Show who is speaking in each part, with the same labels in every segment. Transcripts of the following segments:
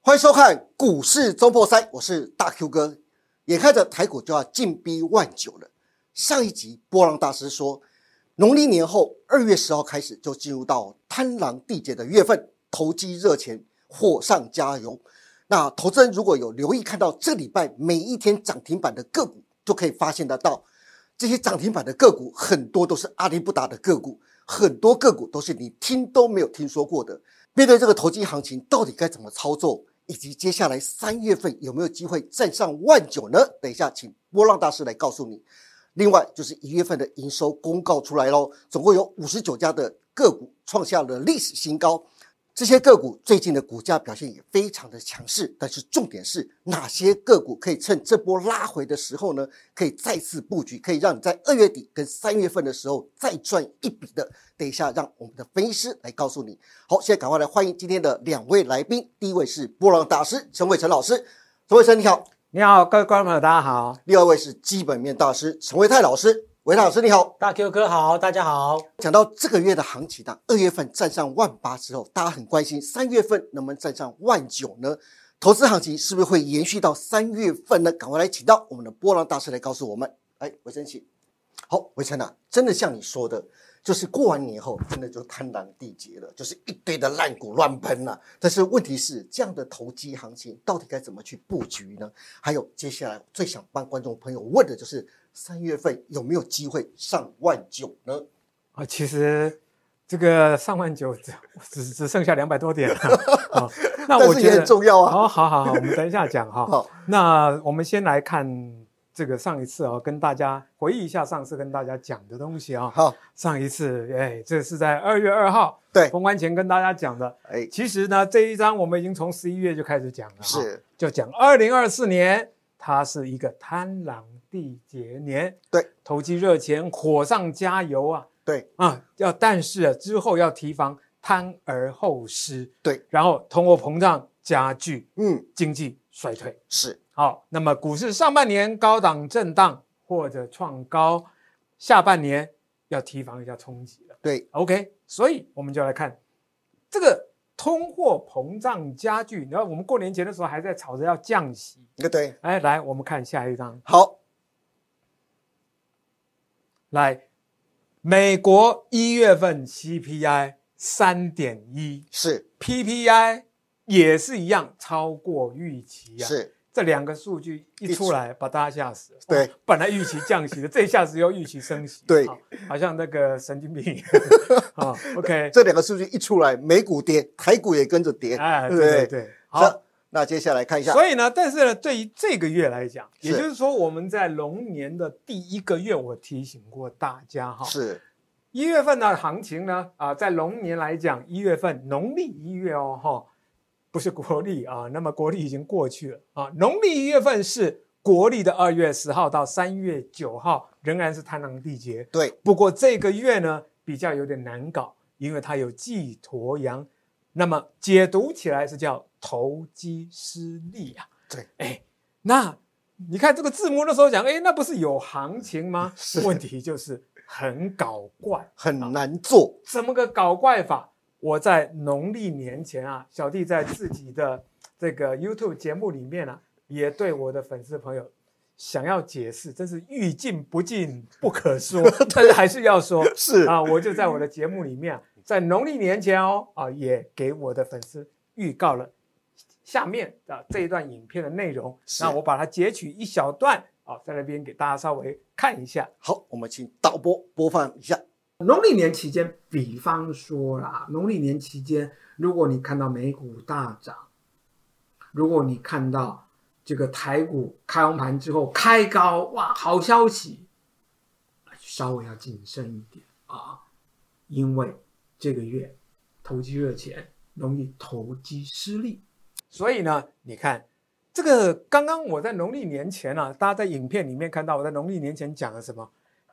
Speaker 1: 欢迎收看股市周破三，我是大 Q 哥。眼看着台股就要近逼万九了，上一集波浪大师说，农历年后二月十号开始就进入到贪婪缔结的月份，投机热钱火上加油。那投资人如果有留意看到这礼拜每一天涨停板的个股，就可以发现得到，这些涨停板的个股很多都是阿里不达的个股，很多个股都是你听都没有听说过的。面对这个投机行情，到底该怎么操作？以及接下来三月份有没有机会站上万九呢？等一下，请波浪大师来告诉你。另外就是一月份的营收公告出来喽，总共有五十九家的个股创下了历史新高。这些个股最近的股价表现也非常的强势，但是重点是哪些个股可以趁这波拉回的时候呢，可以再次布局，可以让你在二月底跟三月份的时候再赚一笔的。等一下，让我们的分析师来告诉你。好，现在赶快来欢迎今天的两位来宾，第一位是波浪大师陈伟成老师，陈伟成你好；
Speaker 2: 你好，各位观众朋友，大家好，
Speaker 1: 第二位是基本面大师陈维泰老师，维泰老师你好。
Speaker 2: 大 Q 哥好，大家好。
Speaker 1: 讲到这个月的行情呢，二月份站上万八之后，大家很关心三月份能不能站上万九呢？投资行情是不是会延续到三月份呢？赶快来请到我们的波浪大师来告诉我们。哎，伟成请。好，伟成啊，真的像你说的，就是过完年后，真的就贪婪地结了，就是一堆的烂股乱喷了、但是问题是，这样的投机行情到底该怎么去布局呢？还有接下来最想帮观众朋友问的就是，三月份有没有机会上万九呢？
Speaker 2: 啊，其实这个上万九只 只只剩下两百 多点了。好，那
Speaker 1: 但
Speaker 2: 我
Speaker 1: 是也
Speaker 2: 觉得
Speaker 1: 很重要啊。
Speaker 2: 哦，好好好，我们等一下讲 哈。
Speaker 1: 好，
Speaker 2: 那我们先来看这个上一次哦，跟大家回忆一下上次跟大家讲的东西啊、
Speaker 1: 好，
Speaker 2: 上一次，哎，这是在二月二号
Speaker 1: 对，
Speaker 2: 封关前跟大家讲的。
Speaker 1: 哎，
Speaker 2: 其实呢，这一章我们已经从十一月就开始讲了哈，
Speaker 1: 是，
Speaker 2: 就讲二零二四年，它是一个贪婪缔结年，
Speaker 1: 对，
Speaker 2: 投机热钱火上加油啊
Speaker 1: 对，
Speaker 2: 啊！要但是啊，之后要提防贪而后失，
Speaker 1: 对，
Speaker 2: 然后通货膨胀加剧，
Speaker 1: 嗯，
Speaker 2: 经济衰退。
Speaker 1: 是，
Speaker 2: 好，那么股市上半年高档震荡或者创高，下半年要提防一下冲击了。
Speaker 1: 对，
Speaker 2: OK，所以我们就来看这个通货膨胀加剧。然后我们过年前的时候还在吵着要降息。
Speaker 1: 对对，
Speaker 2: 哎，来，我们看下一张。
Speaker 1: 好，
Speaker 2: 来，美国一月份 CPI 三点一
Speaker 1: 是
Speaker 2: ，PPI 也是一样超过预期啊。
Speaker 1: 是，
Speaker 2: 这两个数据一出来，把大家吓死了。
Speaker 1: 对
Speaker 2: 哦本来预期降息的， 这一下子又预期升息。
Speaker 1: 对
Speaker 2: 好好像那个神经 病。啊、OK，
Speaker 1: 这两个数据一出来，美股跌，台股也跟着跌，
Speaker 2: 哎，
Speaker 1: 对
Speaker 2: 对
Speaker 1: 不对？
Speaker 2: 对对，好
Speaker 1: 好，，那接下来看一下，
Speaker 2: 所以呢，但是呢，对于这个月来讲，也
Speaker 1: 是
Speaker 2: 就是说，我们在龙年的第一个月，我提醒过大家哈，
Speaker 1: 是，
Speaker 2: 一月份的行情呢，啊、在龙年来讲，一月份农历一月哦，哈、不是国历啊，那么国历已经过去了啊，农历一月份是国历的二月十号到三月九号，仍然是贪狼地劫。
Speaker 1: 对，
Speaker 2: 不过这个月呢，比较有点难搞，因为它有寄驮羊，那么解读起来是叫投机失利啊。
Speaker 1: 对，
Speaker 2: 哎，那你看这个字幕的时候讲，哎，那不是有行情吗？问题就是很搞怪，
Speaker 1: 很难做，
Speaker 2: 怎么个搞怪法？我在农历年前啊，小弟在自己的这个 YouTube 节目里面啊，也对我的粉丝朋友想要解释，真是欲进不进不可说，但是还是要说
Speaker 1: 是，
Speaker 2: 啊，我就在我的节目里 面啊，在农历年前哦啊，也给我的粉丝预告了下面啊这一段影片的内容，
Speaker 1: 是
Speaker 2: 那我把它截取一小段啊，在那边给大家稍微看一下。
Speaker 1: 好，我们请导播播放一下，
Speaker 2: 农历年期间，比方说啦，农历年期间，如果你看到美股大涨，如果你看到这个台股开红盘之后开高，哇，好消息，稍微要谨慎一点啊，因为这个月投机热钱容易投机失利，所以呢，你看这个刚刚我在农历年前啊，大家在影片里面看到我在农历年前讲了什么，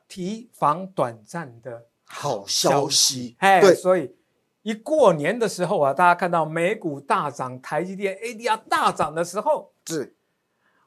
Speaker 2: 提防短暂的
Speaker 1: 好消息，
Speaker 2: 哎，
Speaker 1: 对，
Speaker 2: 所以一过年的时候啊，大家看到美股大涨，台积电 ADR 大涨的时候，
Speaker 1: 是，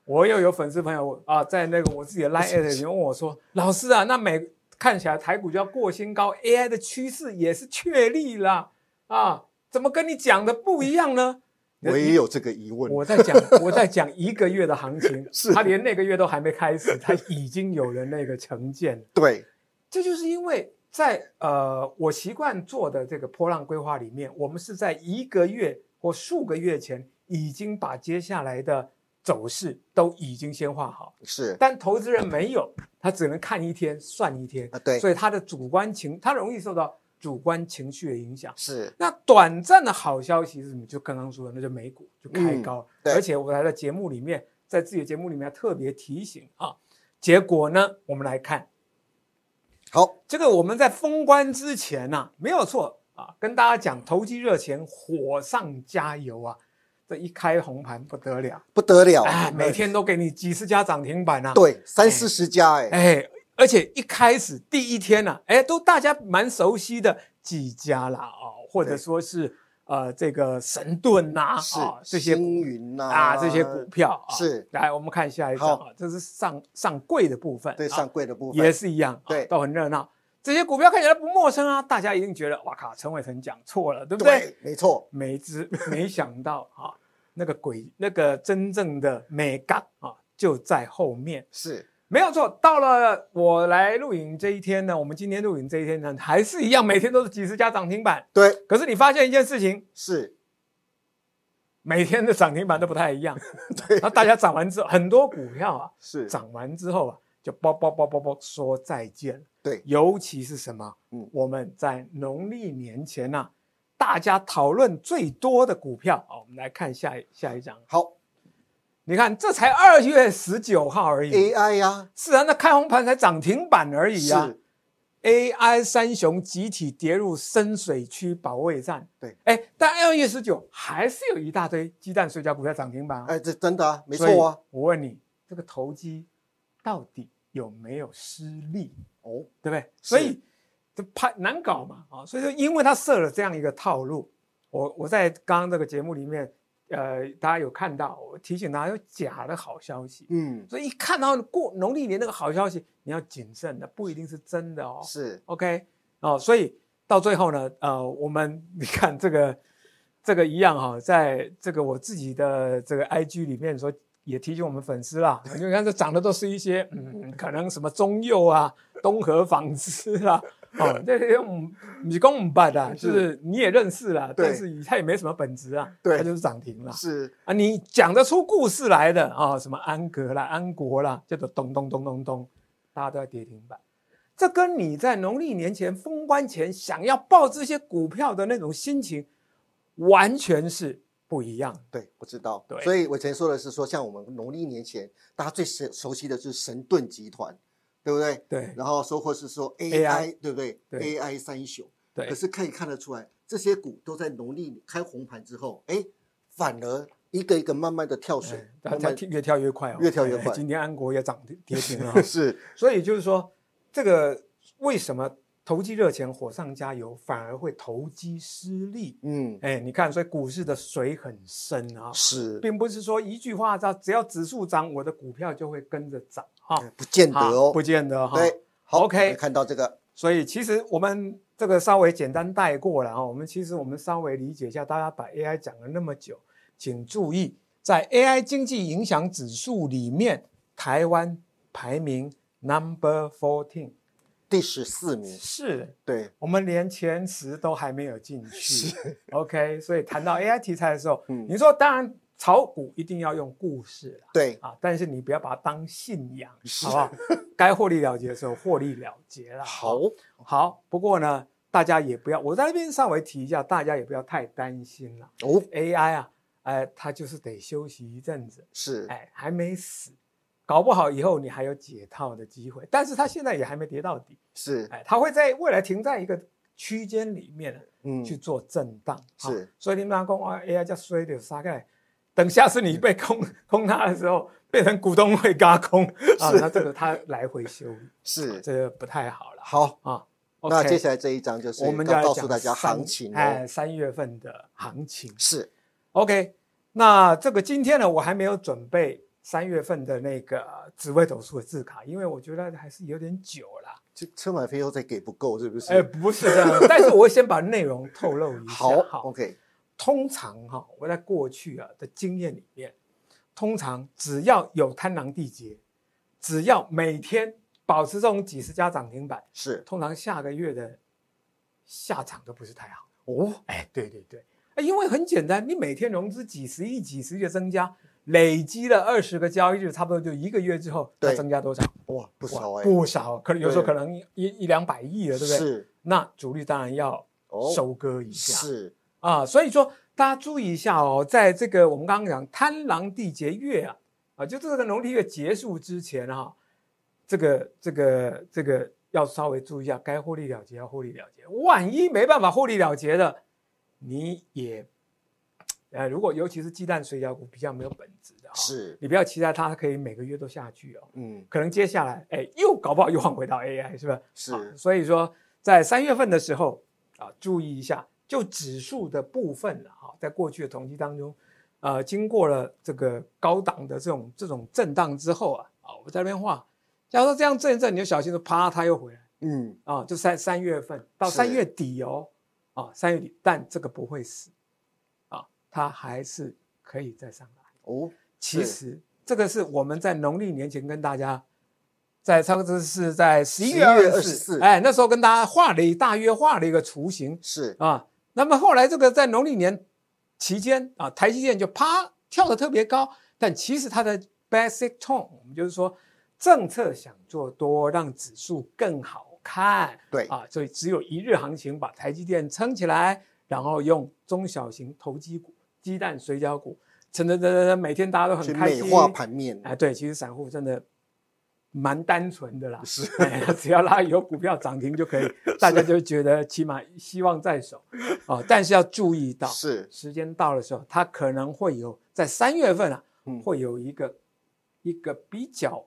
Speaker 2: 我又有粉丝朋友啊，在那个我自 己的 Line 里面问我说：“老师啊，那美看起来台股就要过新高，AI 的趋势也是确立了啊，怎么跟你讲的不一样呢？”
Speaker 1: 我也有这个疑问。
Speaker 2: 我在 讲，我在讲一个月的行情，
Speaker 1: 是
Speaker 2: 他连那个月都还没开始，他已经有了那个成见。
Speaker 1: 对，
Speaker 2: 这就是因为在呃，我习惯做的这个波浪规划里面，我们是在一个月或数个月前已经把接下来的走势都已经先画好，
Speaker 1: 是
Speaker 2: 但投资人没有，他只能看一天算一天，
Speaker 1: 啊，对，
Speaker 2: 所以他的主观情，他容易受到主观情绪的影响。
Speaker 1: 是
Speaker 2: 那短暂的好消息是什么？就刚刚说的，那就美股就开高，
Speaker 1: 嗯对
Speaker 2: 而且我还在节目里面，在自己的节目里面特别提醒啊。结果呢，我们来看
Speaker 1: 好，
Speaker 2: 这个，我们在封关之前呐、没有错啊，跟大家讲，投机热钱火上加油啊，这一开红盘不得了，
Speaker 1: 不得了，
Speaker 2: 哎，每天都给你几十家涨停板啊，
Speaker 1: 哦对三四十家，哎，
Speaker 2: 哎，而且一开始第一天呢、啊，哎，都大家蛮熟悉的几家啦，哦，或者
Speaker 1: 对
Speaker 2: 说是呃这个神盾呐、啊，
Speaker 1: 是
Speaker 2: 哦这些
Speaker 1: 星云呐
Speaker 2: 啊这些股票啊，
Speaker 1: 是
Speaker 2: 来我们看下一张啊
Speaker 1: 好，
Speaker 2: 这是上上柜的部分，
Speaker 1: 对
Speaker 2: 啊
Speaker 1: 上柜的部分
Speaker 2: 也是一样，啊
Speaker 1: 对
Speaker 2: 都很热闹。这些股票看起来不陌生啊，大家一定觉得哇靠，陈伟成讲错了，对不对？
Speaker 1: 对，没错，
Speaker 2: 没知 没想到啊，那个鬼那个真正的美感啊就在后面。
Speaker 1: 是
Speaker 2: 没有错，到了我来录影这一天呢，我们今天录影这一天呢，还是一样，每天都是几十家涨停板。
Speaker 1: 对，
Speaker 2: 可是你发现一件事情，
Speaker 1: 是
Speaker 2: 每天的涨停板都不太一 样。对，那大家涨完之后，很多股票啊，
Speaker 1: 是，
Speaker 2: 涨完之后啊，就啵啵啵啵啵说再见。
Speaker 1: 对
Speaker 2: 尤其是什么？
Speaker 1: 嗯
Speaker 2: 我们在农历年前呐、大家讨论最多的股票啊，我们来看下一下一张。
Speaker 1: 好
Speaker 2: 你看，这才二月十九号而已，
Speaker 1: AI 呀，
Speaker 2: 是啊，那开红盘才涨停板而已啊。
Speaker 1: 是，
Speaker 2: AI 三雄集体跌入深水区保卫战。
Speaker 1: 对，
Speaker 2: 哎，但二月十九还是有一大堆鸡蛋水饺股票涨停板啊、
Speaker 1: 哎，这真的啊，没
Speaker 2: 没
Speaker 1: 错啊，。
Speaker 2: 我问你，这个投机到底有没有失利，
Speaker 1: 哦，
Speaker 2: 对不对？
Speaker 1: 是
Speaker 2: 所以这怕难搞嘛啊、所以说，因为他设了这样一个套路，我我在刚刚这个节目里面，呃，大家有看到，我提醒大家有假的好消息。
Speaker 1: 嗯，
Speaker 2: 所以一看到过农历年那个好消息，你要谨慎的，不一定是真的哦。
Speaker 1: 是
Speaker 2: OK，哦，所以到最后呢，呃，我们你看这个这个一样哈、在这个我自己的这个 IG 里面说，也提醒我们粉丝啦，因为你看这涨的都是一些嗯，可能什么中佑啊、东和纺织啦、哦，这些我们不是公办的，就是你也认识啦，
Speaker 1: 对
Speaker 2: 但是它也没什么本质啊，
Speaker 1: 对
Speaker 2: 它就是涨停啦。
Speaker 1: 是，
Speaker 2: 啊，你讲得出故事来的啊、什么安格啦、安国啦，叫做咚咚咚咚咚，大家都在跌停板。这跟你在农历年前封关前想要报这些股票的那种心情，完全是不一样的。
Speaker 1: 对，我知道
Speaker 2: 对，
Speaker 1: 所以我以前说的是说，像我们农历年前，大家最熟熟悉的就是神盾集团，对不对？
Speaker 2: 对
Speaker 1: 然后说或是说
Speaker 2: AI
Speaker 1: AI，对不对
Speaker 2: 对
Speaker 1: ？AI 三雄，可
Speaker 2: 对
Speaker 1: 是可以看得出来，这些股都在农历开红盘之后，哎，反而一个一个慢慢的跳水
Speaker 2: 哎，大
Speaker 1: 慢
Speaker 2: 家
Speaker 1: 慢
Speaker 2: 跳越跳越快哦，
Speaker 1: 越跳越
Speaker 2: 哎
Speaker 1: 快
Speaker 2: 今天安国也涨停跌停了、
Speaker 1: 啊
Speaker 2: 哦
Speaker 1: 是
Speaker 2: 所以就是说，这个为什么投机热钱火上加油，反而会投机失利？
Speaker 1: 嗯
Speaker 2: 哎，你看，所以股市的水很深啊。
Speaker 1: 是，
Speaker 2: 并不是说一句话，只只要指数涨，我的股票就会跟着涨哈，
Speaker 1: 哎不见得
Speaker 2: 哈
Speaker 1: 哦
Speaker 2: 不。见得哈。
Speaker 1: 对，好
Speaker 2: OK
Speaker 1: 我们看到这个
Speaker 2: 所以其实我们这个稍微简单带过了哈，我们其实我们稍微理解一下，大家把 AI 讲了那么久，请注意，在 AI 经济影响指数里面，台湾排名 Number Fourteen，
Speaker 1: 第十四名，
Speaker 2: 是
Speaker 1: 对，
Speaker 2: 我们连前十都还没有进去。OK，所以谈到 AI 题材的时候，
Speaker 1: 嗯
Speaker 2: 你说当然炒股一定要用故事啦。
Speaker 1: 对，
Speaker 2: 啊，但是你不要把它当信仰，好不好？该获利了结的时候获利了结啦。
Speaker 1: 好，
Speaker 2: 好，不过呢，大家也不要，我在那边稍微提一下，大家也不要太担心了。
Speaker 1: 哦，
Speaker 2: AI 啊，哎，它就是得休息一阵子，
Speaker 1: 是，
Speaker 2: 哎，还没死，搞不好以后你还有解套的机会。但是它现在也还没跌到底，
Speaker 1: 是，
Speaker 2: 哎，它会在未来停在一个区间里面
Speaker 1: 嗯，
Speaker 2: 去做震荡。啊
Speaker 1: 是，
Speaker 2: 所以你们讲啊，AI 叫衰的大概，等下次你被空空它的时候，变成股东会嘎空啊，
Speaker 1: 是
Speaker 2: 那这个它来回修理，
Speaker 1: 是，
Speaker 2: 这个不太好了
Speaker 1: 好。
Speaker 2: 啊。
Speaker 1: 那
Speaker 2: OK，
Speaker 1: 接下来这一章就是
Speaker 2: 我们就
Speaker 1: 要
Speaker 2: 来
Speaker 1: 告
Speaker 2: 讲
Speaker 1: 诉大家
Speaker 2: 三
Speaker 1: 行情哦
Speaker 2: 哎，，三月份的行情。
Speaker 1: 是
Speaker 2: OK，那这个今天呢，我还没有准备三月份的那个紫微斗数的字卡，因为我觉得还是有点久了。哎
Speaker 1: 这车马费又再给不够，是不是？
Speaker 2: 哎，不是这样，但是我会先把内容透露一下。
Speaker 1: 好，OK，
Speaker 2: 通常哈、我在过去啊的经验里面，通常只要有贪狼地劫，只要每天保持这种几十家涨停板，
Speaker 1: 是
Speaker 2: 通常下个月的下场都不是太好。
Speaker 1: 哦，
Speaker 2: 哎，对对对，哎因为很简单，你每天融资几十亿、几十亿的增加，累积了二十个交易日，差不多就一个月之后，它
Speaker 1: 对
Speaker 2: 增加多少？
Speaker 1: 哇，不少
Speaker 2: 哇
Speaker 1: 哎、
Speaker 2: 不少，可能有时候
Speaker 1: 对
Speaker 2: 可能一一一两百亿了，对不对？
Speaker 1: 是
Speaker 2: 那主力当然要
Speaker 1: 哦，
Speaker 2: 收割一下。
Speaker 1: 是
Speaker 2: 啊，所以说大家注意一下哦，在这个我们刚刚讲贪狼地劫月啊，啊，就这个农历月结束之前啊，这个这个这个要稍微注意一下，该获利了结要获利了结，万一没办法获利了结的，你也，呃，如果尤其是鸡蛋水饺股比较没有本质的、啊，，
Speaker 1: 是，
Speaker 2: 你不要期待它可以每个月都下去哦，
Speaker 1: 嗯，
Speaker 2: 可能接下来哎又搞不好又换回到 AI 是吧？啊
Speaker 1: 是
Speaker 2: 所以说在三月份的时候啊，注意一下，就指数的部分了哈、在过去的统计当中，呃，经过了这个高档的这种这种震荡之后啊，啊，我在那边画，假如说这样震一震，你就小心的啪，它又回来
Speaker 1: 嗯，
Speaker 2: 啊，就三三月份到
Speaker 1: 是
Speaker 2: 三月底哦，啊，三月底，但这个不会死啊，它还是可以再上来。
Speaker 1: 哦，
Speaker 2: 其实这个是我们在农历年前跟大家，在差不多是在十一月
Speaker 1: 11月
Speaker 2: 二十
Speaker 1: 24
Speaker 2: 四，哎，那时候跟大家画了一大约画了一个雏形
Speaker 1: 是
Speaker 2: 啊。那么后来这个在农历年期间啊，台积电就啪跳得特别高，但其实它的 basic tone，我们就是说政策想做多，让指数更好看，
Speaker 1: 对，
Speaker 2: 啊，所以只有一日行情把台积电撑起来，然后用中小型投机股、鸡蛋水饺股，撑撑撑撑撑，每天大家都
Speaker 1: 去
Speaker 2: 很开
Speaker 1: 美
Speaker 2: 心。
Speaker 1: 化盘面，
Speaker 2: 哎，对，其实散户真的蛮单纯的啦，
Speaker 1: 是
Speaker 2: 哎他只要拉有股票涨停就可以，大家就觉得起码希望在手哦。但是要注意到，
Speaker 1: 是，
Speaker 2: 时间到的时候，它可能会有在三月份啊，
Speaker 1: 嗯，
Speaker 2: 会有一个一个比较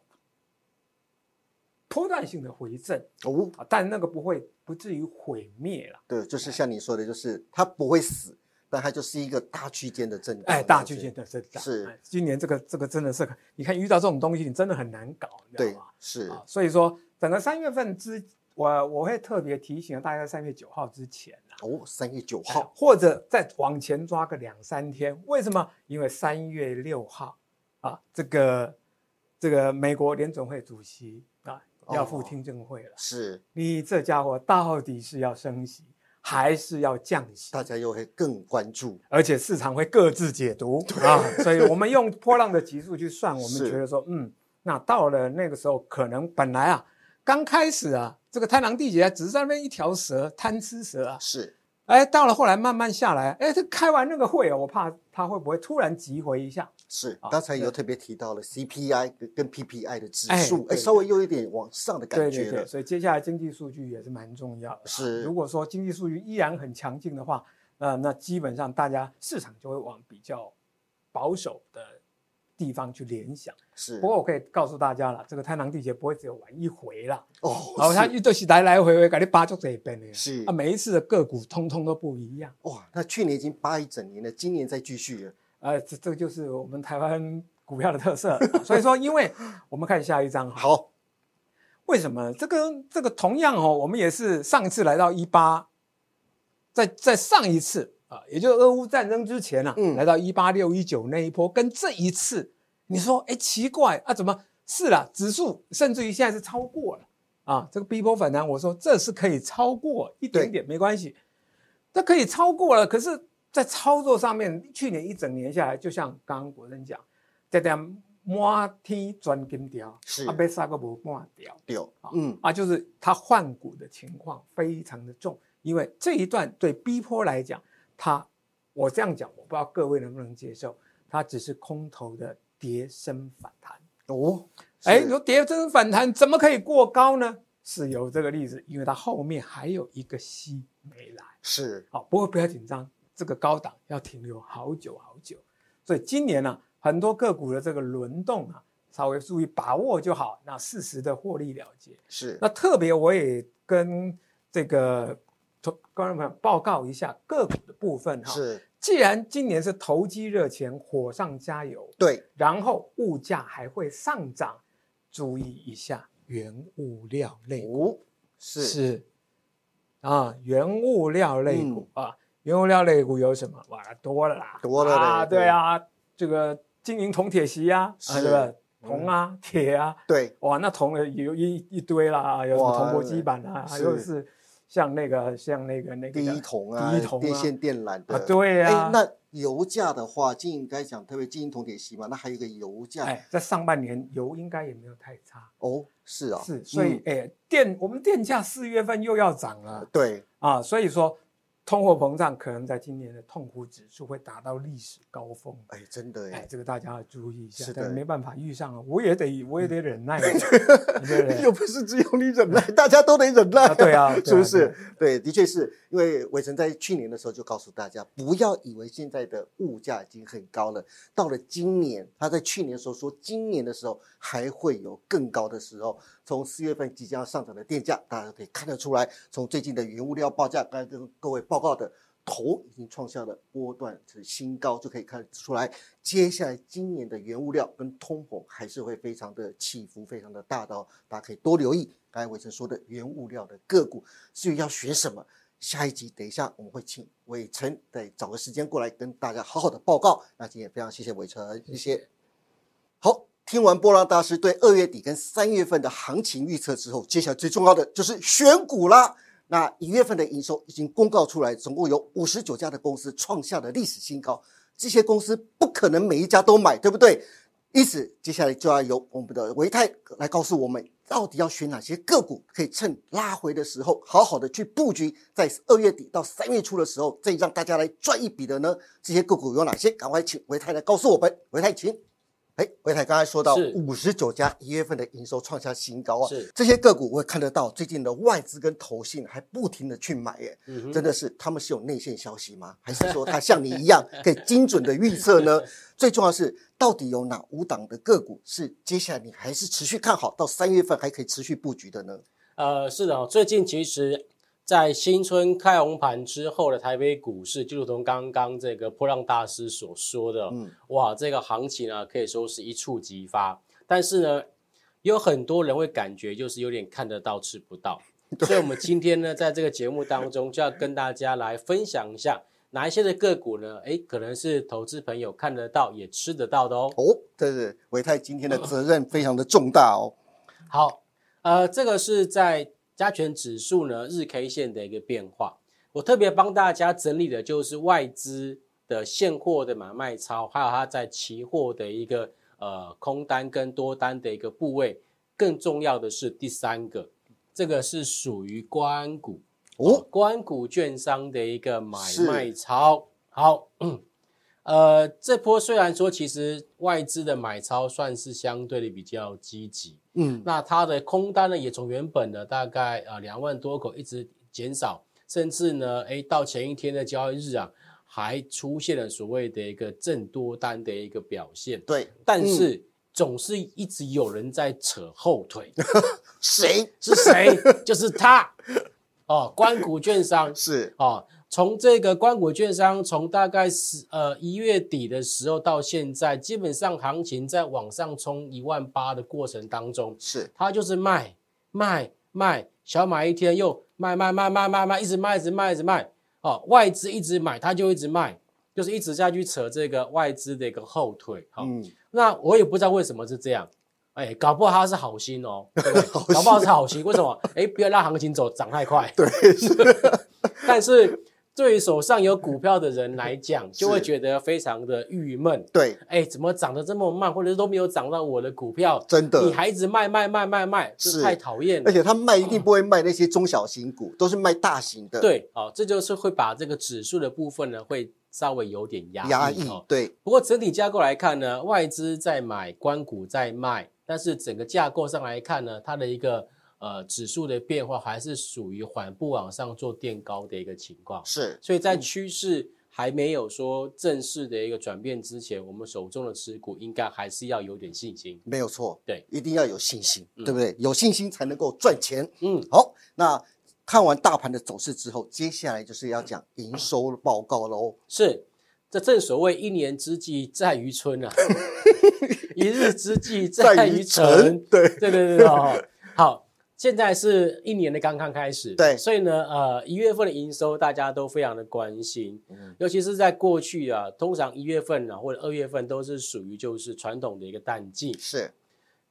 Speaker 2: 波段性的回正。
Speaker 1: 哦，
Speaker 2: 啊，但那个不会不至于毁灭了。
Speaker 1: 对，就是像你说的，就是它不会死，但它就是一个大区间的震荡，
Speaker 2: 哎，大区间，的震荡
Speaker 1: 是
Speaker 2: 哎今年这个这个真的是个，你看遇到这种东西，你真的很难搞，你知
Speaker 1: 对
Speaker 2: 道吗？，
Speaker 1: 是
Speaker 2: 啊，所以说整个三月份之，我我会特别提醒大家，三月九号之前啊，
Speaker 1: 哦，三月九
Speaker 2: 好
Speaker 1: 号，
Speaker 2: 或者再往前抓个两三天，为什么？因为三月六号啊，这个这个美国联总会主席啊要
Speaker 1: 哦
Speaker 2: 赴听证会了，
Speaker 1: 是，
Speaker 2: 你这家伙到底是要升息还是要降息？
Speaker 1: 大家又会更关注，
Speaker 2: 而且市场会各自解读啊，所以我们用波浪的级数去算，我们
Speaker 1: 是
Speaker 2: 觉得说，嗯，那到了那个时候，可能本来啊，刚开始啊，这个贪狼地劫啊只是在那边一条蛇贪吃蛇啊，
Speaker 1: 是，
Speaker 2: 哎，到了后来慢慢下来，哎，这开完那个会啊，我怕它会不会突然急回一下，
Speaker 1: 是，
Speaker 2: 啊
Speaker 1: 刚才
Speaker 2: 对
Speaker 1: 有特别提到了 CPI 跟跟 PPI 的指
Speaker 2: 哎
Speaker 1: 数，哎，
Speaker 2: 对
Speaker 1: 稍微有一点往上的感
Speaker 2: 对
Speaker 1: 觉
Speaker 2: 对对，
Speaker 1: 了，
Speaker 2: 所以接下来经济数据也是蛮重要的啊。
Speaker 1: 是
Speaker 2: 如果说经济数据依然很强劲的话，那那基本上大家市场就会往比较保守的地方去联想。
Speaker 1: 是
Speaker 2: 不，过我可以告诉大家了，这个太郎地劫不会只有玩一回啦，
Speaker 1: 哦，
Speaker 2: 然后它
Speaker 1: 是
Speaker 2: 就是来来回回给你扒就这一边的，
Speaker 1: 是
Speaker 2: 啊，每一次的个股通通都不一样，
Speaker 1: 哇，那去年已经扒一整年了，今年再继续了，
Speaker 2: 呃，这这个就是我们台湾股票的特色。所以说，因为我们看下一张哈，
Speaker 1: 好，
Speaker 2: 为什么这个这个同样哦，我们也是上一次来到一八，在在上一次啊，也就是俄乌战争之前啊，
Speaker 1: 嗯
Speaker 2: 来到一八六一九那一波，跟这一次，你说哎奇怪啊，怎么是啦、指数甚至于现在是超过了啊，这个 B 波反弹，我说这是可以超过一点点没关系，它可以超过了，可是，在操作上面，去年一整年下来，就像刚刚国人讲，这点满天钻金条，
Speaker 1: 是
Speaker 2: 啊，被杀个无半条。
Speaker 1: 六
Speaker 2: 啊，
Speaker 1: 嗯，
Speaker 2: 啊，就是它换股的情况非常的重，因为这一段对 B 波来讲，它我这样讲，我不知道各位能不能接受，它只是空头的跌升反弹。
Speaker 1: 哦，
Speaker 2: 哎，
Speaker 1: 是
Speaker 2: 你说跌升反弹怎么可以过高呢？是有这个例子，因为它后面还有一个 C 没来。
Speaker 1: 是
Speaker 2: 好，不过不要紧张，这个高档要停留好久好久。所以今年呢、很多个股的这个轮动啊，稍微注意把握就好，那适时的获利了结。
Speaker 1: 是，
Speaker 2: 那特别我也跟这个投观众朋友报告一下个股的部分哈。
Speaker 1: 是
Speaker 2: 既然今年是投机热钱火上加油，
Speaker 1: 对，
Speaker 2: 然后物价还会上涨，注意一下原物料类股
Speaker 1: 哦五是嗯
Speaker 2: 啊，原物料类股啊，
Speaker 3: 原物料类股有什么？哇，多了啦，
Speaker 1: 多了嘞
Speaker 3: 啊，
Speaker 1: 对
Speaker 3: 对啊，这个金银铜铁锡呀，啊，
Speaker 1: 是嗯
Speaker 3: 对吧？铜啊，铁啊，
Speaker 1: 对，
Speaker 3: 哇，那铜的有一一堆啦，有什么
Speaker 1: 哇
Speaker 3: 铜箔基板啊，
Speaker 1: 是
Speaker 3: 又是像那个像那个那个
Speaker 1: 第
Speaker 3: 叫
Speaker 1: 一桶啊，
Speaker 3: 第一桶啊
Speaker 1: 电线电缆的。
Speaker 3: 啊，对
Speaker 1: 哎、
Speaker 3: 呀，
Speaker 1: 那油价的话，金银该讲，特别金银铜铁锡嘛，那还有一个油价、
Speaker 3: 哎，在上半年油应该也没有太差，
Speaker 1: 哦，是啊，
Speaker 3: 是，所以
Speaker 1: 嗯、
Speaker 3: 哎，电我们电价四月份又要涨了
Speaker 1: 对，
Speaker 3: 啊，所以说通货膨胀可能在今年的痛苦指数会达到历史高峰。
Speaker 1: 哎，真的
Speaker 3: 哎
Speaker 1: 哎，，
Speaker 3: 这个大家要注意一下，
Speaker 1: 是
Speaker 3: 但
Speaker 1: 的
Speaker 3: 没办法遇上了，我也得我也得忍耐啊， 对不对
Speaker 1: 又不是只有你忍耐，大家都得忍耐、
Speaker 3: 啊对啊对啊
Speaker 1: 是不
Speaker 3: 对
Speaker 1: 是
Speaker 3: 啊？
Speaker 1: 对，的确是因为伟成在去年的时候就告诉大家，不要以为现在的物价已经很高了，到了今年，他在去年的时候说，今年的时候还会有更高的时候。从四月份即将上涨的电价，大家可以看得出来，从最近的原物料报价，刚才跟各位报告的。头已经创下了波段的新高，就可以看得出来，接下来今年的原物料跟通膨还是会非常的起伏，非常的大的哦，大家可以多留意。刚才伟成说的原物料的个股，至于要选什么，下一集等一下我们会请伟成再找个时间过来跟大家好好的报告。那今天也非常谢谢伟成，谢谢。好，听完波浪大师对二月底跟三月份的行情预测之后，接下来最重要的就是选股啦。那一月份的营收已经公告出来，总共有五十九家的公司创下了历史新高。这些公司不可能每一家都买，对不对？因此，接下来就要由我们的维泰来告诉我们，到底要选哪些个股，可以趁拉回的时候好好的去布局，在二月底到三月初的时候，再让大家来赚一笔的呢？这些个股有哪些？赶快请维泰来告诉我们。维泰，请。哎，维泰刚才说到
Speaker 4: 是
Speaker 1: 五十九家一月份的营收创下新高啊，
Speaker 4: 是
Speaker 1: 这些个股我也看得到，最近的外资跟投信还不停的去买，耶。
Speaker 4: 嗯哼
Speaker 1: 真的是他们是有内线消息吗？ 还是说他像你一样可以精准的预测 呢？最重要的是，到底有哪五档的个股是接下来你还是持续看好，到三月份还可以持续布局的呢？
Speaker 4: 呃，是的、哦，最近其实，在新春开红盘之后的台北股市，就如同刚刚这个波浪大师所说的，哦
Speaker 1: 嗯
Speaker 4: 哇，这个行情啊，可以说是一触即发。但是呢，有很多人会感觉就是有点看得到吃不到，所以我们今天呢，在这个节目当中，就要跟大家来分享一下哪一些的个股呢？诶，可能是投资朋友看得到也吃得到的哦。
Speaker 1: 哦，这是维泰今天的责任非常的重大哦。
Speaker 4: 好，呃，这个是在加权指数呢日 K 线的一个变化。我特别帮大家整理的就是外资的现货的买卖超，还有它在期货的一个呃空单跟多单的一个部位。更重要的是第三个，这个是属于公安股
Speaker 1: 哦，
Speaker 4: 公安股券商的一个买
Speaker 1: 是
Speaker 4: 卖超。好，嗯呃，这波虽然说其实外资的买超算是相对的比较积极，
Speaker 1: 嗯，
Speaker 4: 那它的空单呢，也从原本的大概呃两万多口一直减少，甚至呢，哎，到前一天的交易日啊，还出现了所谓的一个正多单的一个表现，
Speaker 1: 对，
Speaker 4: 但是。总是一直有人在扯后腿，
Speaker 1: 谁
Speaker 4: 是谁？就是他哦，关谷券商
Speaker 1: 是？
Speaker 4: 哦，从这个关谷券商从大概十呃一月底的时候到现在，基本上行情在往上冲一万八的过程当中，
Speaker 1: 是，
Speaker 4: 他就是卖卖卖，小买一天又卖卖卖卖卖卖，一直卖一直卖一直卖，哦，外资一直买，他就一直卖，就是一直下去扯这个外资的一个后腿，好、
Speaker 1: 嗯，
Speaker 4: 那我也不知道为什么是这样，哎，搞不好他是好心哦，对 不对
Speaker 1: 心
Speaker 4: 搞不好是好心，为什么？哎，不要让行情走涨太快，
Speaker 1: 对，是，
Speaker 4: 但是。对于手上有股票的人来讲，就会觉得非常的郁闷。
Speaker 1: 对，
Speaker 4: 哎，怎么涨得这么慢，或者是都没有涨到我的股票？
Speaker 1: 真的
Speaker 4: 你还一直卖卖卖卖卖，
Speaker 1: 是
Speaker 4: 这太讨厌
Speaker 1: 而
Speaker 4: 了。
Speaker 1: 且他卖一定不会卖那些中小型股，都是卖大型的，，
Speaker 4: 对，哦，这就是会把这个指数的部分呢，会稍微有点压
Speaker 1: 压
Speaker 4: 抑
Speaker 1: 抑
Speaker 4: 哦，。
Speaker 1: 对，
Speaker 4: 不过整体架构来看呢，外资在买，关股在卖，但是整个架构上来看呢，它的一个呃指数的变化还是属于缓步往上做垫高的一个情况。
Speaker 1: 是，
Speaker 4: 所以在趋势还没有说正式的一个转变之前，我们手中的持股应该还是要有点信心。
Speaker 1: 没有错，
Speaker 4: 对，
Speaker 1: 一定要有信心，
Speaker 4: 嗯
Speaker 1: 对不对？有信心才能够赚钱。
Speaker 4: 嗯，
Speaker 1: 好，那看完大盘的走势之后，接下来就是要讲营收报告喽。
Speaker 4: 是，这正所谓一年之计在于春 啊，一日之计在于晨。
Speaker 1: 对，
Speaker 4: 对对对对，哦好。现在是一年的刚刚开始，
Speaker 1: 对
Speaker 4: 所以呢，呃，一月份的营收大家都非常的关心，
Speaker 1: 嗯
Speaker 4: 尤其是在过去啊，通常一月份啊或者二月份都是属于就是传统的一个淡季，
Speaker 1: 是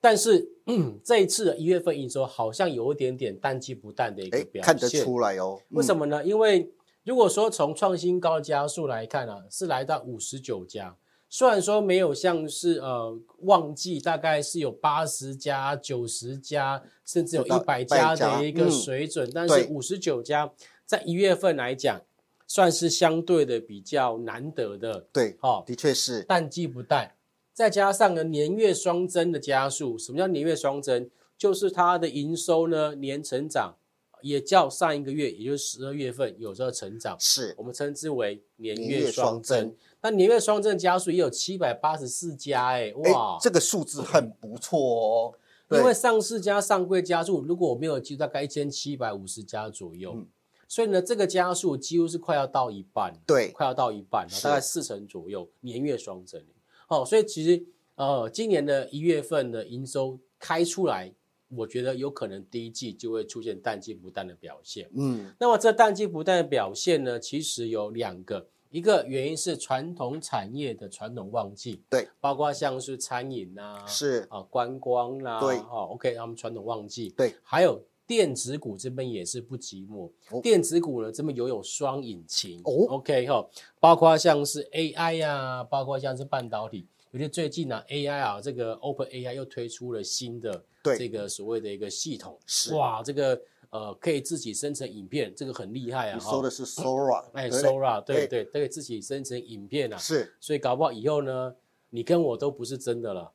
Speaker 4: 但是、嗯、这一次的一月份营收好像有一点点淡季不淡的一个
Speaker 1: 哎
Speaker 4: 表现，
Speaker 1: 看得出来哦，
Speaker 4: 为什
Speaker 1: 么？
Speaker 4: 么呢？因为如果说从创新高家数来看啊，是来到五十九家，虽然说没有像是呃旺季大概是有八十家、九十家，甚至有
Speaker 1: 就到
Speaker 4: 一百
Speaker 1: 100
Speaker 4: 家
Speaker 1: 家
Speaker 4: 的一个
Speaker 1: 嗯
Speaker 4: 水准，但
Speaker 1: 对
Speaker 4: 是五十九家在一月份来讲，算是相对的比较难得的
Speaker 1: 对，
Speaker 4: 哦，
Speaker 1: 的确是
Speaker 4: 淡季不淡，再加上呢年月双增的加速。什么叫年月双增？就是它的营收呢年成长也较上一个月，也就是十二月份有这个成长，
Speaker 1: 是
Speaker 4: 我们称之为年
Speaker 1: 年月
Speaker 4: 月
Speaker 1: 双
Speaker 4: 双
Speaker 1: 增
Speaker 4: 增。那年月双增的加速也有七百八十四家、欸，哎，
Speaker 1: 哎
Speaker 4: 哇，，
Speaker 1: 这个数字很不错哦。对
Speaker 4: 因为上市加上柜加速，如果我没有记错，大概一千七百五十家左右。
Speaker 1: 嗯
Speaker 4: 所以呢，这个加速几乎是快要到一半了。
Speaker 1: 对
Speaker 4: 快要到一半了，
Speaker 1: 是
Speaker 4: 大概四成左右，年月双增。哦，所以其实呃，今年的一月份的营收开出来，我觉得有可能第一季就会出现淡季不淡的表现。
Speaker 1: 嗯，
Speaker 4: 那么这淡季不淡的表现呢，其实有两个，一个原因是传统产业的传统旺季，
Speaker 1: 对，
Speaker 4: 包括像是餐饮啊，
Speaker 1: 是
Speaker 4: 啊观光啦、
Speaker 1: 对
Speaker 4: 哦，OK，他们传统旺季，
Speaker 1: 对，
Speaker 4: 还有电子股这边也是不寂寞，
Speaker 1: 哦
Speaker 4: 电子股呢这边有有双引擎
Speaker 1: 哦
Speaker 4: ，OK 哈、包括像是 AI 呀、啊，包括像是半导体，尤其最近呢、AI 啊，这个 Open AI 又推出了新的
Speaker 1: 对
Speaker 4: 这个所谓的一个系统，
Speaker 1: 是
Speaker 4: 哇，这个呃可以自己生成影片，这个很厉害啊
Speaker 1: 你
Speaker 4: 哈，
Speaker 1: 说的是 Sora，
Speaker 4: 哎
Speaker 1: 对不对
Speaker 4: Sora 对
Speaker 1: 对
Speaker 4: 对，可以自己生成影片啊，
Speaker 1: 是
Speaker 4: 所以搞不好以后呢，你跟我都不是真的了。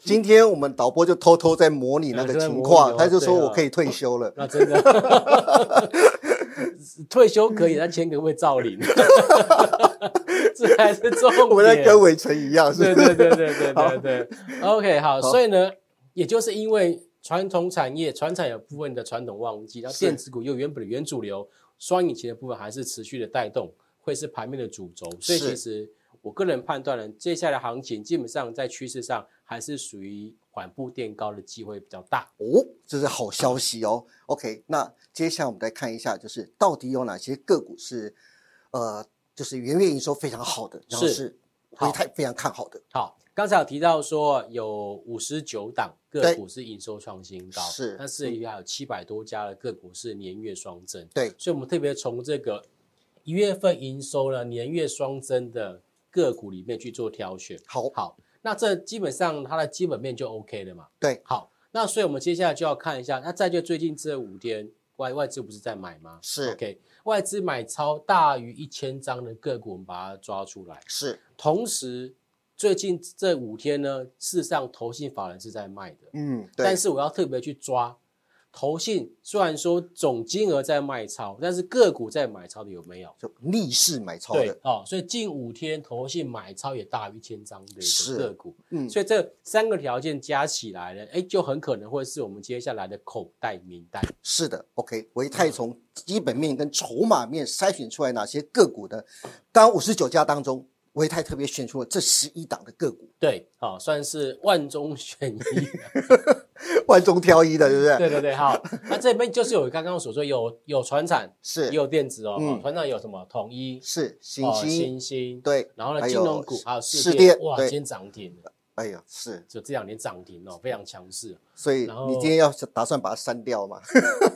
Speaker 1: 今天我们导播就偷偷在模拟那个
Speaker 4: 对在模
Speaker 1: 情
Speaker 4: 拟
Speaker 1: 况，
Speaker 4: 哦
Speaker 1: 他就说
Speaker 4: 对啊
Speaker 1: 我可以退休了。
Speaker 4: 那真的退休可以，但签个会造林， 这才是重点。
Speaker 1: 我们在跟伟成一样，
Speaker 4: 对
Speaker 1: 是
Speaker 4: 对对对对对对。OK，好，所以呢，也就是因为传统产业、传产有部分的传统旺季，然后
Speaker 1: 是
Speaker 4: 电子股又原本的原主流，双引擎的部分还是持续的带动，会是盘面的主轴。所以
Speaker 1: 是
Speaker 4: 其实我个人判断呢，接下来行情基本上在趋势上还是属于缓步垫高的机会比较大。
Speaker 1: 哦，这是好消息哦。OK，那接下来我们再看一下，就是到底有哪些个股是，呃，就是元月营收非常好的，然后
Speaker 4: 是
Speaker 1: 是
Speaker 4: 好
Speaker 1: 回太非常看好的，
Speaker 4: 好，刚才有提到说有五十九档个股是营收创新高，
Speaker 1: 是嗯
Speaker 4: 但是也还有七百多家的个股是年月双增，
Speaker 1: 对
Speaker 4: 所以我们特别从这个一月份营收呢年月双增的个股里面去做挑选。
Speaker 1: 好，
Speaker 4: 好，那这基本上它的基本面就 OK 了嘛？
Speaker 1: 对，
Speaker 4: 好，那所以我们接下来就要看一下，那债券最近这五天外外资不是在买吗？
Speaker 1: 是
Speaker 4: OK，外资买超大于一千张的个股，我们把它抓出来。
Speaker 1: 是，
Speaker 4: 同时，最近这五天呢，事实上投信法人是在卖的，
Speaker 1: 嗯，对
Speaker 4: 但，是我要特别去抓投信，虽然说总金额在卖超，但是个股在买超的有没有？
Speaker 1: 就逆势买超
Speaker 4: 对
Speaker 1: 的，
Speaker 4: 哦，所以近五天投信买超也大于一千张的一
Speaker 1: 是
Speaker 4: 个个股，
Speaker 1: 嗯，
Speaker 4: 所以这三个条件加起来呢，哎，就很可能会是我们接下来的口袋名单。
Speaker 1: 是的，OK，维泰从基本面跟筹码面筛选出来哪些个股的，当五十九家当中，维泰特别选出了这十一档的个股，
Speaker 4: 对，好、哦，算是万中选一。
Speaker 1: 万中挑一的，对不对？
Speaker 4: 对对对，好，那这边就是有刚刚所说有有船产，
Speaker 1: 是
Speaker 4: 也有电子哦，
Speaker 1: 嗯
Speaker 4: 哦船长有什么统一、
Speaker 1: 是星
Speaker 4: 哦
Speaker 1: 星，
Speaker 4: 星星，
Speaker 1: 对，
Speaker 4: 然后呢
Speaker 1: 还
Speaker 4: 金
Speaker 1: 有
Speaker 4: 融股还有
Speaker 1: 市
Speaker 4: 市电
Speaker 1: 电，
Speaker 4: 哇，
Speaker 1: 对
Speaker 4: 今天涨停了，
Speaker 1: 哎呀，是，
Speaker 4: 就这两天涨停哦，非常强势
Speaker 1: 所以
Speaker 4: 然后
Speaker 1: 你今天要打算把它删掉吗？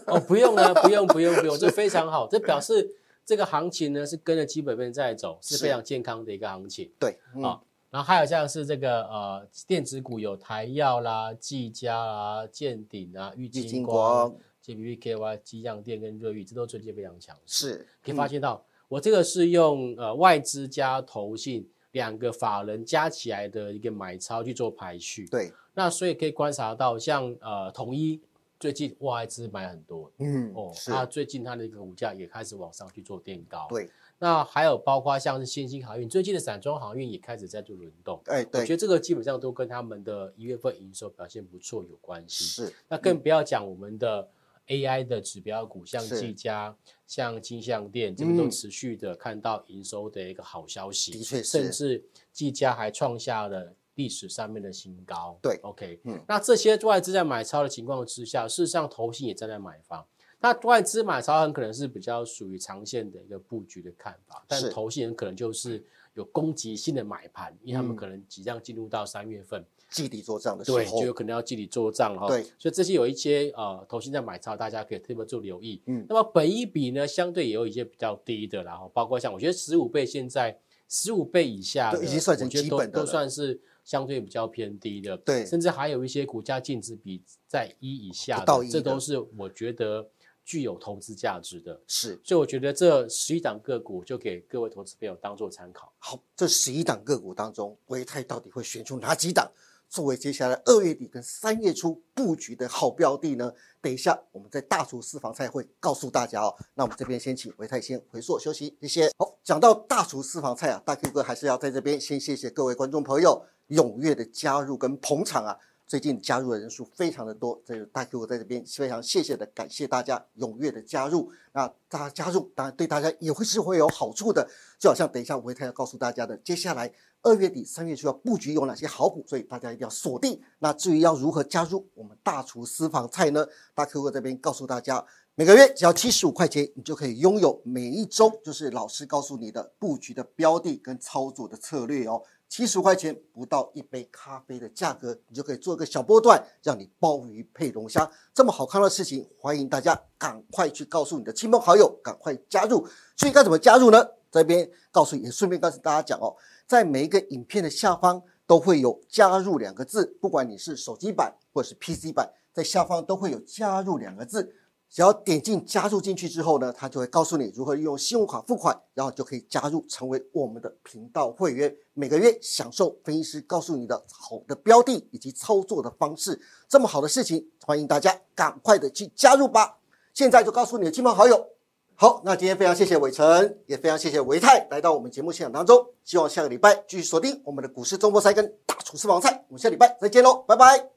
Speaker 4: 哦，不用了， 不用不用不用，这非常好，这表示这个行情呢是跟着基本面在走，是
Speaker 1: 是
Speaker 4: 非常健康的一个行情。
Speaker 1: 对，嗯
Speaker 4: 好然后还有像是这个呃电子股有台药啦、技嘉啦、建鼎啊、玉
Speaker 1: 郁
Speaker 4: 金
Speaker 1: 金
Speaker 4: 光
Speaker 1: 光、
Speaker 4: JBPKY、基样电跟瑞昱，这都最近非常强势。
Speaker 1: 是嗯
Speaker 4: 可以发现到，我这个是用呃外资加投信两个法人加起来的一个买超去做排序。，
Speaker 1: 对，
Speaker 4: 那所以可以观察到，像呃统一最近外资买很多
Speaker 1: 嗯，
Speaker 4: 哦，
Speaker 1: 是，
Speaker 4: 那最近它的一个股价也开始往上去做垫高。，
Speaker 1: 对，
Speaker 4: 那还有包括像是新兴航运，最近的散装航运也开始在做轮动。
Speaker 1: 哎，
Speaker 4: 我
Speaker 1: 对，
Speaker 4: 觉得这个基本上都跟他们的一月份营收表现不错有关系。
Speaker 1: 是，
Speaker 4: 那更不要讲我们的 AI 的指标股，像
Speaker 1: 是
Speaker 4: 技嘉、像金像店，这边都
Speaker 1: 嗯
Speaker 4: 持续的看到营收的一个好消息，
Speaker 1: 的确是
Speaker 4: 甚至技嘉还创下了历史上面的新高。
Speaker 1: 对
Speaker 4: ，OK，
Speaker 1: 嗯
Speaker 4: 那这些外资在买超的情况之下，事实上投信也正在买方。那外资买超很可能是比较属于长线的一个布局的看法，但
Speaker 1: 是
Speaker 4: 投信很可能就是有攻击性的买盘，因为他
Speaker 1: 嗯
Speaker 4: 们可能即将进入到三月份，
Speaker 1: 基底做账的时
Speaker 4: 对，就有
Speaker 1: 候，
Speaker 4: 可能要集体做账了哈。
Speaker 1: 对
Speaker 4: 所以这些有一些呃投信在买超，大家可以特别做留意。
Speaker 1: 嗯
Speaker 4: 那么本益比呢，相对也有一些比较低的啦，然后包括像我觉得十五倍现在十五倍以下的，
Speaker 1: 对已经算成
Speaker 4: 我觉得
Speaker 1: 基
Speaker 4: 都
Speaker 1: 本的
Speaker 4: 都
Speaker 1: 了
Speaker 4: 算是相对比较偏低的。
Speaker 1: 对
Speaker 4: 甚至还有一些股价净值比在一以下
Speaker 1: 不到一
Speaker 4: 这
Speaker 1: 的
Speaker 4: 都是我觉得具有投资价值的。
Speaker 1: 是
Speaker 4: 所以我觉得这十一档个股就给各位投资朋友当做参考。
Speaker 1: 好。这十一档个股当中，维泰到底会选出哪几档作为接下来二月底跟三月初布局的好标的呢？等一下我们在大厨私房菜会告诉大家哦。那我们这边先请维泰先回座休息，谢谢。好，讲到大厨私房菜啊，大 Q 哥还是要在这边先谢谢各位观众朋友踊跃的加入跟捧场啊。最近加入的人数非常的多，这个大 Q 我在这边非常谢谢的感谢大家踊跃的加入。那大家加入当然对大家也会是会有好处的，就好像等一下维泰要告诉大家的，接下来二月底、三月初要布局有哪些好股，所以大家一定要锁定。那至于要如何加入我们大厨私房菜呢？大 Q 哥这边告诉大家，每个月只要七十五块钱，你就可以拥有每一周就是老师告诉你的布局的标的跟操作的策略哦。七十块钱不到一杯咖啡的价格，你就可以做一个小波段，让你鲍鱼配龙虾这么好看的事情，欢迎大家赶快去告诉你的亲朋好友，赶快加入。所以该怎么加入呢？这边告诉也顺便告诉大家讲哦，在每一个影片的下方都会有“加入”两个字，不管你是手机版或者是 PC 版，在下方都会有“加入”两个字。只要点进加入进去之后呢，它就会告诉你如何利用信用卡付款，然后就可以加入成为我们的频道会员，每个月享受分析师告诉你的好的标的以及操作的方式。这么好的事情，欢迎大家赶快的去加入吧！现在就告诉你的亲朋好友。好，那今天非常谢谢伟成，也非常谢谢维泰来到我们节目现场当中。希望下个礼拜继续锁定我们的股市中波赛跟大厨私房菜，我们下礼拜再见喽，拜拜。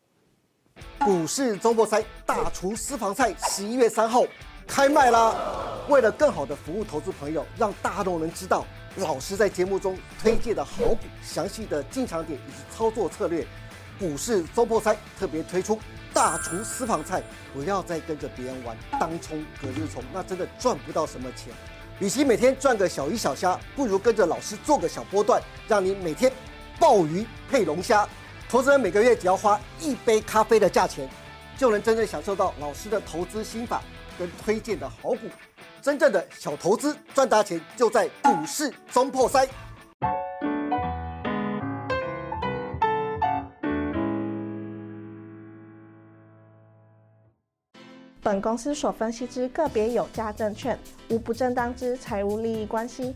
Speaker 1: 股市周末赛大厨私房菜十一月三号开卖啦！为了更好的服务投资朋友，让大众能知道老师在节目中推介的好股、详细的进场点以及操作策略，股市周末赛特别推出大厨私房菜，不要再跟着别人玩当冲、隔日冲，那真的赚不到什么钱。与其每天赚个小鱼小虾，不如跟着老师做个小波段，让你每天鲍鱼配龙虾。投资人每个月只要花一杯咖啡的价钱，就能真正享受到老师的投资心法跟推荐的好股。真正的小投资赚大钱，就在股市中破塞。
Speaker 5: 本公司所分析之个别有价证券，无不正当之财务利益关系。